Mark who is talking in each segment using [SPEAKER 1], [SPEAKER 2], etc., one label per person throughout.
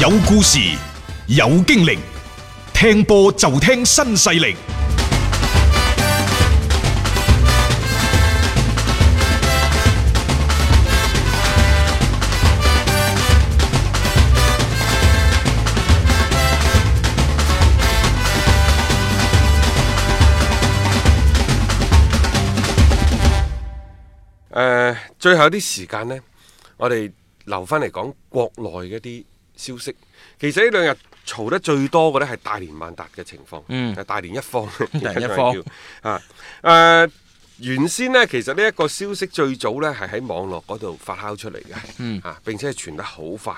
[SPEAKER 1] 有故事，有經歷，聽波就聽新勢力。
[SPEAKER 2] 誒、呃最後一啲時間呢，我哋留翻嚟講國內嘅一啲消息。其實呢兩日嘈得最多嘅呢係大連萬達嘅情況，
[SPEAKER 3] 嗯
[SPEAKER 2] 係大連一方，
[SPEAKER 3] 大連一
[SPEAKER 2] 有
[SPEAKER 3] 方
[SPEAKER 2] 人叫啊誒、原先呢，其實呢一個消息最早呢係喺網絡嗰度發酵出嚟嘅，
[SPEAKER 3] 嗯
[SPEAKER 2] 啊並且係傳得好快。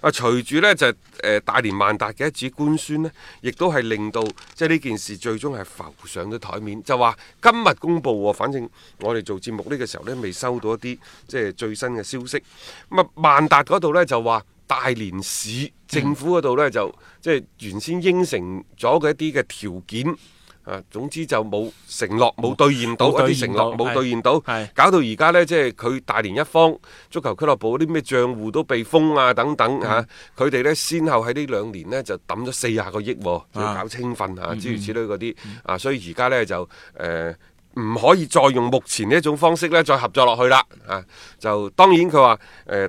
[SPEAKER 2] 啊，隨住呢，就誒、呃大連萬達嘅一紙官宣呢，亦都係令到即係呢件事最終係浮上咗台面，就話今日公佈喎。反正我哋做節目呢個時候呢，未收到一啲即係最新嘅消息。咁啊，萬達嗰度呢，就話。大連市政府嗰度呢，就即係原先應承咗嘅一啲嘅條件，啊，總之就冇承諾，冇兌現到
[SPEAKER 3] 嗯冇
[SPEAKER 2] 一
[SPEAKER 3] 兌
[SPEAKER 2] 啲承
[SPEAKER 3] 現
[SPEAKER 2] 諾，
[SPEAKER 3] 到
[SPEAKER 2] 冇
[SPEAKER 3] 係
[SPEAKER 2] 兌現到，
[SPEAKER 3] 係
[SPEAKER 2] 搞到而家呢，即係佢大連一方足球俱樂部嗰啲咩帳戶都被封啊等等嚇，
[SPEAKER 3] 嗯
[SPEAKER 2] 啊佢哋呢，先後喺呢兩年呢，就抌咗四廿個億喎，要
[SPEAKER 3] 啊嗯
[SPEAKER 2] 搞清分啊，諸如此類嗰啲啊，所以而家呢，就誒。呃唔可以再用目前呢一種方式咧，再合作落去啦。啊，就當然佢話誒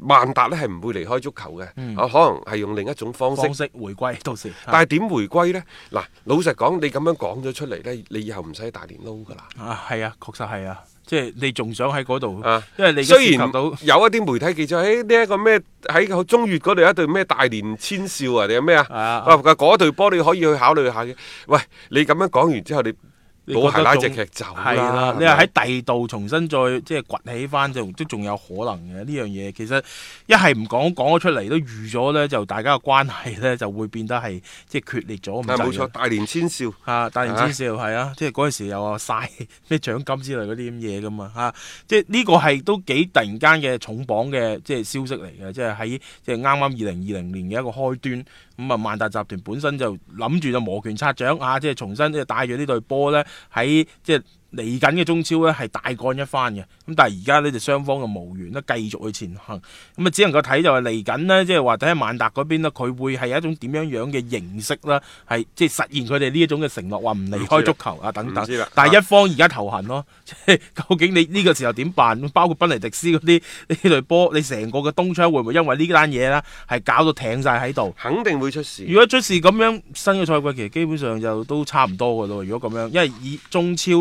[SPEAKER 2] 萬達咧係唔會離開足球嘅，
[SPEAKER 3] 嗯
[SPEAKER 2] 啊可能係用另一種方式
[SPEAKER 3] 方式回歸到時，
[SPEAKER 2] 但係點回歸呢？嗱，老實講，你咁樣講咗出嚟呢，你以後唔使喺大連撈噶啦。
[SPEAKER 3] 啊係啊，確實係啊，即係你仲想喺嗰度
[SPEAKER 2] 啊，
[SPEAKER 3] 因為你而家涉
[SPEAKER 2] 雖
[SPEAKER 3] 及
[SPEAKER 2] 然
[SPEAKER 3] 到
[SPEAKER 2] 有一啲媒體記者，誒呢一個咩喺中越嗰度有一隊咩大連千兆啊，定係咩啊？
[SPEAKER 3] 係啊
[SPEAKER 2] 啊嗰隊波你可以去考慮下嘅。喂，你咁樣講完之後，你
[SPEAKER 3] 你
[SPEAKER 2] 老
[SPEAKER 3] 覺
[SPEAKER 2] 鞋
[SPEAKER 3] 得
[SPEAKER 2] 拉
[SPEAKER 3] 仲
[SPEAKER 2] 只劇走
[SPEAKER 3] 係啦，你話喺第二度重新再即係崛起翻，就都仲有可能嘅呢樣嘢。其實一係唔講講咗出嚟，都預咗咧，就大家嘅關係咧就會變得係即係決裂咗咁
[SPEAKER 2] 係
[SPEAKER 3] 滯
[SPEAKER 2] 啊冇
[SPEAKER 3] 嘅
[SPEAKER 2] 錯，大連千兆。
[SPEAKER 3] 啊！大年之兆係啊，即係嗰陣時又話晒 咩獎金之類嗰啲咁嘢噶嘛嚇、啊即係呢個係都幾突然間嘅重磅嘅即係消息嚟嘅，即係喺即係啱啱二零二零年嘅一個開端。咁啊，萬達集團本身就諗住就摩拳擦掌啊，即係重新即係帶住呢隊波咧喺即係。嚟緊嘅中超咧係大幹一番嘅，咁但係而家呢，就雙方嘅無緣咧繼續去前行，咁啊只能夠睇就係嚟緊呢，即係話睇下萬達嗰邊呢，佢會係一種點樣樣嘅形式啦，係即係實現佢哋呢一種嘅承諾，話唔離開足球啊等
[SPEAKER 2] 唔
[SPEAKER 3] 等
[SPEAKER 2] 知啦。
[SPEAKER 3] 但係一方而家頭痕咯，即係究竟你呢個時候點辦？包括賓尼迪斯嗰啲呢隊波，你成個嘅東窗會唔會因為呢單嘢啦係搞到艇晒喺度？
[SPEAKER 2] 肯定會出事。
[SPEAKER 3] 如果出事咁樣，新嘅賽季其實基本上就都差唔多噶咯。如果咁樣，因為以中超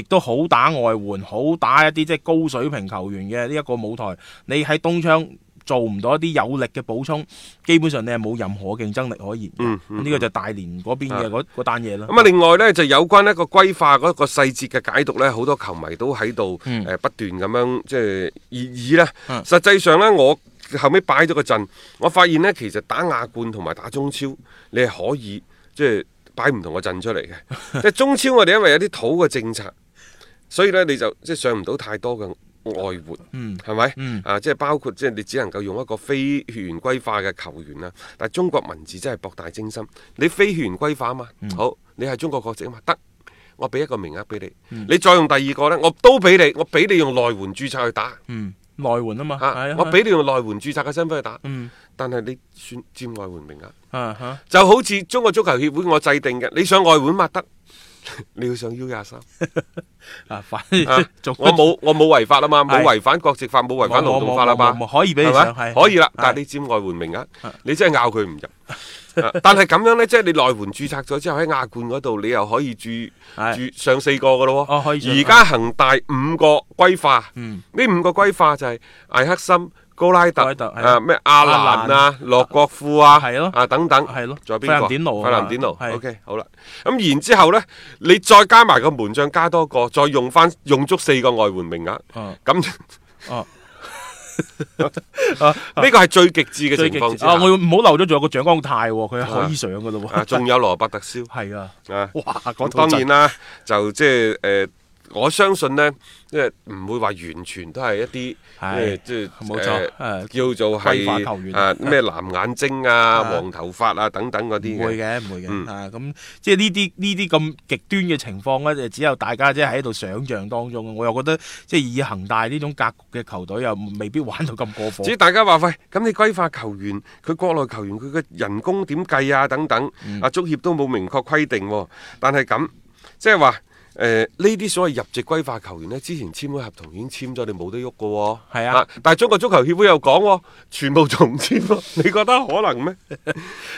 [SPEAKER 3] 亦都好打外援，好打一啲即係高水平球員嘅呢一個舞台，你喺東窗做唔到一啲有力嘅補充，基本上你係冇任何競爭力可言嘅。
[SPEAKER 2] 嗯
[SPEAKER 3] 咁呢、個就大連嗰邊嘅嗰嗰單嘢啦。
[SPEAKER 2] 咁啊，另外呢，就有關一個規劃嗰個細節嘅解讀呢，好多球迷都喺度
[SPEAKER 3] 嗯
[SPEAKER 2] 誒不斷咁樣即係熱議啦。
[SPEAKER 3] 嗯
[SPEAKER 2] 實際上呢，我後尾擺咗個陣，我發現呢，其實打亞冠同埋打中超，你係可以即係擺唔同嘅陣出嚟 嘅。即係中超我哋因為有啲土嘅政策，所以呢，你就即係上唔到太多嘅外援。
[SPEAKER 3] 嗯
[SPEAKER 2] 係咪？
[SPEAKER 3] 嗯
[SPEAKER 2] 啊，即係包括即係你只能夠用一個非血緣歸化嘅球員啦。但係中國文字真係博大精深，你非血緣歸化啊嘛，
[SPEAKER 3] 嗯
[SPEAKER 2] 好，你係中國國籍啊嘛，得。我俾一個名額俾你，
[SPEAKER 3] 嗯
[SPEAKER 2] 你再用第二個呢，我都俾你，我俾你用內援註冊去打，
[SPEAKER 3] 嗯，內援啊嘛，
[SPEAKER 2] 啊
[SPEAKER 3] 係啊
[SPEAKER 2] 我俾你用內援註冊嘅身份去打，
[SPEAKER 3] 嗯
[SPEAKER 2] 但係你算佔外援名額，
[SPEAKER 3] 啊嚇
[SPEAKER 2] 就好似中國足球協會我制定嘅，你上外援嘛得， 你要上 U 廿三，
[SPEAKER 3] 啊，反正
[SPEAKER 2] 啊
[SPEAKER 3] 做
[SPEAKER 2] 我冇我冇違法啊嘛，冇
[SPEAKER 3] 係
[SPEAKER 2] 違反國籍法，冇違反勞動法啦啊嘛
[SPEAKER 3] 冇，冇冇冇可以俾你上
[SPEAKER 2] 係咪
[SPEAKER 3] 係
[SPEAKER 2] 可以啦
[SPEAKER 3] 係。啊
[SPEAKER 2] 但係你佔外援名額，你真係拗佢唔入。 啊但係咁樣呢，即係你內援註冊咗之後喺亞冠嗰度，你又可以註
[SPEAKER 3] 係
[SPEAKER 2] 註上四個噶咯喎。
[SPEAKER 3] 哦可以上
[SPEAKER 2] 而家恒大五個歸化，
[SPEAKER 3] 嗯
[SPEAKER 2] 呢五個歸化就係艾克森、高拉特
[SPEAKER 3] 高拉特係
[SPEAKER 2] 啊咩阿蘭啊、洛國富啊，
[SPEAKER 3] 係咯
[SPEAKER 2] 啊等等，
[SPEAKER 3] 係咯
[SPEAKER 2] 仲有邊個？
[SPEAKER 3] 費南典奴啊
[SPEAKER 2] 費南典奴
[SPEAKER 3] 係
[SPEAKER 2] OK，好啦。咁然之後呢，你再加埋個門將加多個，再用翻用足四個外援名額，
[SPEAKER 3] 嗯
[SPEAKER 2] 咁。
[SPEAKER 3] 哦。
[SPEAKER 2] 呢個係最極致嘅
[SPEAKER 3] 最
[SPEAKER 2] 情
[SPEAKER 3] 極
[SPEAKER 2] 況之
[SPEAKER 3] 致
[SPEAKER 2] 下
[SPEAKER 3] 啊！我要唔好漏咗，仲有個蔣光泰喎，佢可以上噶咯
[SPEAKER 2] 啊
[SPEAKER 3] 喎。
[SPEAKER 2] 仲有羅伯特蕭
[SPEAKER 3] 係啊，
[SPEAKER 2] 啊，
[SPEAKER 3] 哇！嗰
[SPEAKER 2] 咁
[SPEAKER 3] 套
[SPEAKER 2] 當然啦，就即係誒呃我相信呢，即係唔會話完全都係一啲
[SPEAKER 3] 係
[SPEAKER 2] 咩即係
[SPEAKER 3] 冇錯
[SPEAKER 2] 呃
[SPEAKER 3] 誒
[SPEAKER 2] 叫做
[SPEAKER 3] 歸化球
[SPEAKER 2] 係
[SPEAKER 3] 員
[SPEAKER 2] 啊咩藍眼睛啊、
[SPEAKER 3] 啊
[SPEAKER 2] 黃頭髮啊等等嗰啲
[SPEAKER 3] 唔會
[SPEAKER 2] 嘅。
[SPEAKER 3] 嘅，唔會嘅、
[SPEAKER 2] 嗯
[SPEAKER 3] 啊！咁即係呢啲呢啲咁極端嘅情況咧，就只有大家即係喺度想像當中。啊我又覺得即係以恒大呢種格局嘅球隊，又未必玩到咁過火
[SPEAKER 2] 至。於大家話喂，咁你歸化球員，佢國內球員佢嘅人工點計啊？等等，
[SPEAKER 3] 嗯
[SPEAKER 2] 啊足協都冇明確規定喎、但係咁，即係話誒呢啲所謂入籍歸化球員呢，之前簽咗合同已經簽咗，你冇得喐嘅喎。
[SPEAKER 3] 係啊
[SPEAKER 2] 但係中國足球協會又講喎，全部重簽喎， 你覺得可能 咩？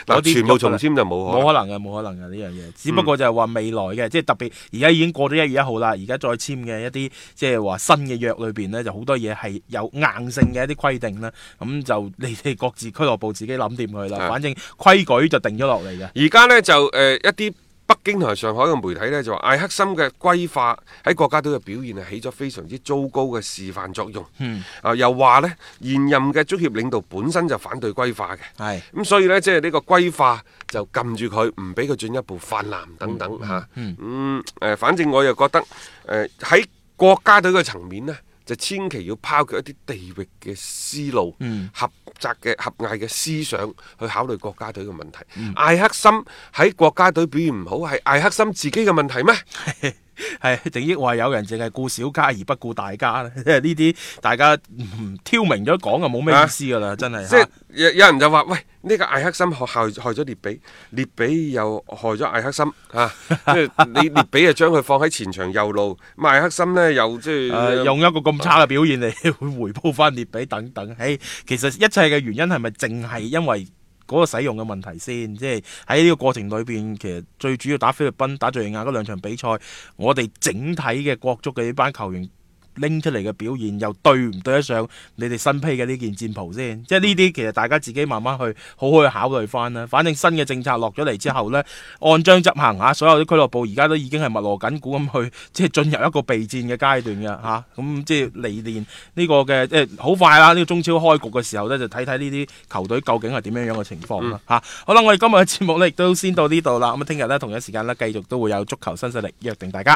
[SPEAKER 2] 嗱，
[SPEAKER 3] 嗰啲
[SPEAKER 2] 全部重簽就冇可能
[SPEAKER 3] 冇。可啊能嘅，冇可能嘅呢樣嘢。只不過就係話未來嘅，即係特別而家已經過咗一月一號啦，而家再簽嘅一啲即係話新嘅約裏邊呢，就好多嘢係有硬性嘅一啲規定啦。咁就你哋各自俱樂部自己諗掂佢
[SPEAKER 2] 係
[SPEAKER 3] 啦，反正規矩就定咗落嚟嘅。
[SPEAKER 2] 而家呢，就誒、呃一啲北京同埋上海嘅媒體呢，就話艾克森嘅歸化喺國家隊嘅表現係起咗非常之糟糕嘅示範作用。
[SPEAKER 3] 嗯，
[SPEAKER 2] 啊，又話呢，現任嘅足協領導本身就反對歸化嘅。
[SPEAKER 3] 係。
[SPEAKER 2] 咁所以呢，即係呢個規化就撳住佢，唔俾佢進一步泛濫等等嚇。咁誒、
[SPEAKER 3] 嗯
[SPEAKER 2] 呃反正我又覺得誒喺、國家隊嘅層面呢，就千祈要拋卻一啲地域嘅思路、
[SPEAKER 3] 嗯
[SPEAKER 2] 狹窄嘅狹隘嘅思想去考慮國家隊嘅問題。
[SPEAKER 3] 嗯
[SPEAKER 2] 艾克森喺國家隊表現唔好，係艾克森自己嘅問題咩？
[SPEAKER 3] 係定抑話有人淨係顧小家而不顧大家咧？即係呢啲大家嗯挑明咗講就冇咩意思噶啦，真係
[SPEAKER 2] 啊即係
[SPEAKER 3] 嚇
[SPEAKER 2] 有有人就話：喂，呢、個艾克森害害咗列比，列比又害咗艾克森嚇。即係你列比啊就將佢放喺前場右路，咁艾克森呢又即 係、
[SPEAKER 3] 誒啊用一個咁差嘅表現嚟 去回報翻列比等等，誒其實一切嘅原因係咪淨係因為嗰個使用嘅問題先？即係喺呢個過程裏邊，其實最主要打菲律賓、打敍利亞嗰兩場比賽，我哋整體嘅國足嘅呢班球員。拎出嚟嘅表現又對唔對得上你哋新批嘅呢件戰袍先？即係呢啲其實大家自己慢慢去好好去考慮翻啦。反正新嘅政策落咗嚟之後呢，按章執行下，所有啲俱樂部而家都已經係密鑼緊鼓咁去，即係進入一個備戰嘅階段嘅嚇。啊咁、即係嚟年呢個嘅即係好快啦，呢、個中超開局嘅時候呢，就睇睇呢啲球隊究竟係點樣樣嘅情況啦嚇。好啦，我哋今日嘅節目呢，亦都先到呢度啦。咁啊，聽日呢，同一時間呢，繼續都會有足球新勢力約定大家。